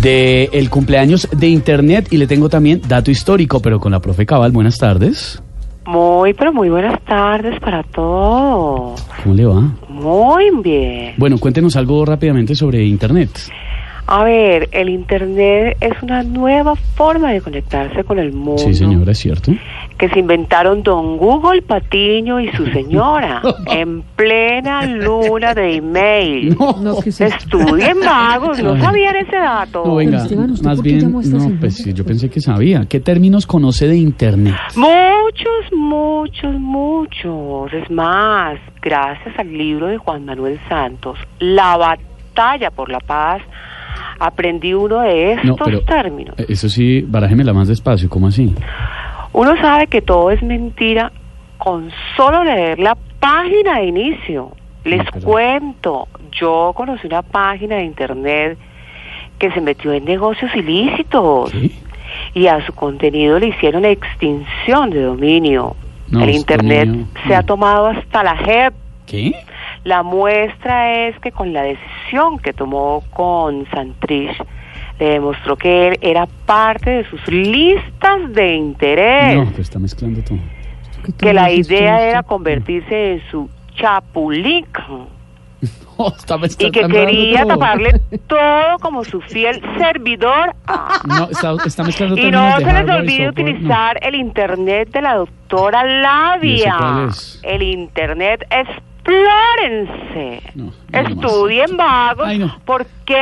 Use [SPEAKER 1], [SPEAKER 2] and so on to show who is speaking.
[SPEAKER 1] de el cumpleaños de internet y le tengo también dato histórico, pero con la profe Cabal, buenas tardes.
[SPEAKER 2] Muy, pero muy buenas tardes para todos.
[SPEAKER 1] ¿Cómo le va?
[SPEAKER 2] Muy bien.
[SPEAKER 1] Bueno, cuéntenos algo rápidamente sobre internet.
[SPEAKER 2] A ver, el Internet es una nueva forma de conectarse con el mundo
[SPEAKER 1] Sí, señora, es cierto.
[SPEAKER 2] que se inventaron don Google Patiño y su señora en plena luna de email.
[SPEAKER 3] No, ¿qué es esto?
[SPEAKER 2] Estudien magos, no
[SPEAKER 1] Ay.
[SPEAKER 2] sabían ese dato.
[SPEAKER 1] No, venga,
[SPEAKER 3] Pero Esteban, ¿usted
[SPEAKER 1] más
[SPEAKER 3] por qué
[SPEAKER 1] bien,
[SPEAKER 3] llamó a esta
[SPEAKER 1] no,
[SPEAKER 3] señora?
[SPEAKER 1] pues sí, yo pensé que sabía. ¿Qué términos conoce de internet?
[SPEAKER 2] Muchos, muchos, muchos. Es más, gracias al libro de Juan Manuel Santos, La batalla por la paz, aprendí uno de estos
[SPEAKER 1] No, pero
[SPEAKER 2] términos.
[SPEAKER 1] eh, eso sí, barájemela más despacio, ¿cómo así?
[SPEAKER 2] Uno sabe que todo es mentira con solo leer la página de inicio. Les
[SPEAKER 1] No, pero-
[SPEAKER 2] cuento, yo conocí una página de internet que se metió en negocios ilícitos
[SPEAKER 1] ¿Qué?
[SPEAKER 2] y a su contenido le hicieron extinción de dominio.
[SPEAKER 1] No,
[SPEAKER 2] el
[SPEAKER 1] es
[SPEAKER 2] Internet
[SPEAKER 1] dominio, Mm.
[SPEAKER 2] se ha
[SPEAKER 1] no.
[SPEAKER 2] tomado hasta la JEP.
[SPEAKER 1] ¿Qué?
[SPEAKER 2] La muestra es que con la decisión que tomó con Santrich, le demostró que él era parte de sus listas de interés,
[SPEAKER 1] No, pues está mezclando todo.
[SPEAKER 3] ¿Qué
[SPEAKER 2] que la
[SPEAKER 3] tomas esto,
[SPEAKER 2] idea
[SPEAKER 3] esto?
[SPEAKER 2] era convertirse en su chapulín
[SPEAKER 1] No, Oh, está mezcla-
[SPEAKER 2] y que
[SPEAKER 1] está mezclando
[SPEAKER 2] quería
[SPEAKER 1] todo.
[SPEAKER 2] taparle todo como su fiel servidor a
[SPEAKER 1] No, está, está mezclando
[SPEAKER 2] Y
[SPEAKER 1] términos
[SPEAKER 2] no
[SPEAKER 1] de
[SPEAKER 2] se les
[SPEAKER 1] hardware y
[SPEAKER 2] olvide
[SPEAKER 1] software, no.
[SPEAKER 2] utilizar el internet de la doctora
[SPEAKER 1] ¿Y eso
[SPEAKER 2] Labia.
[SPEAKER 1] cuál es?
[SPEAKER 2] El internet explórense.
[SPEAKER 1] No, no, no más.
[SPEAKER 2] Estudien vagos
[SPEAKER 1] Ay, no.
[SPEAKER 2] porque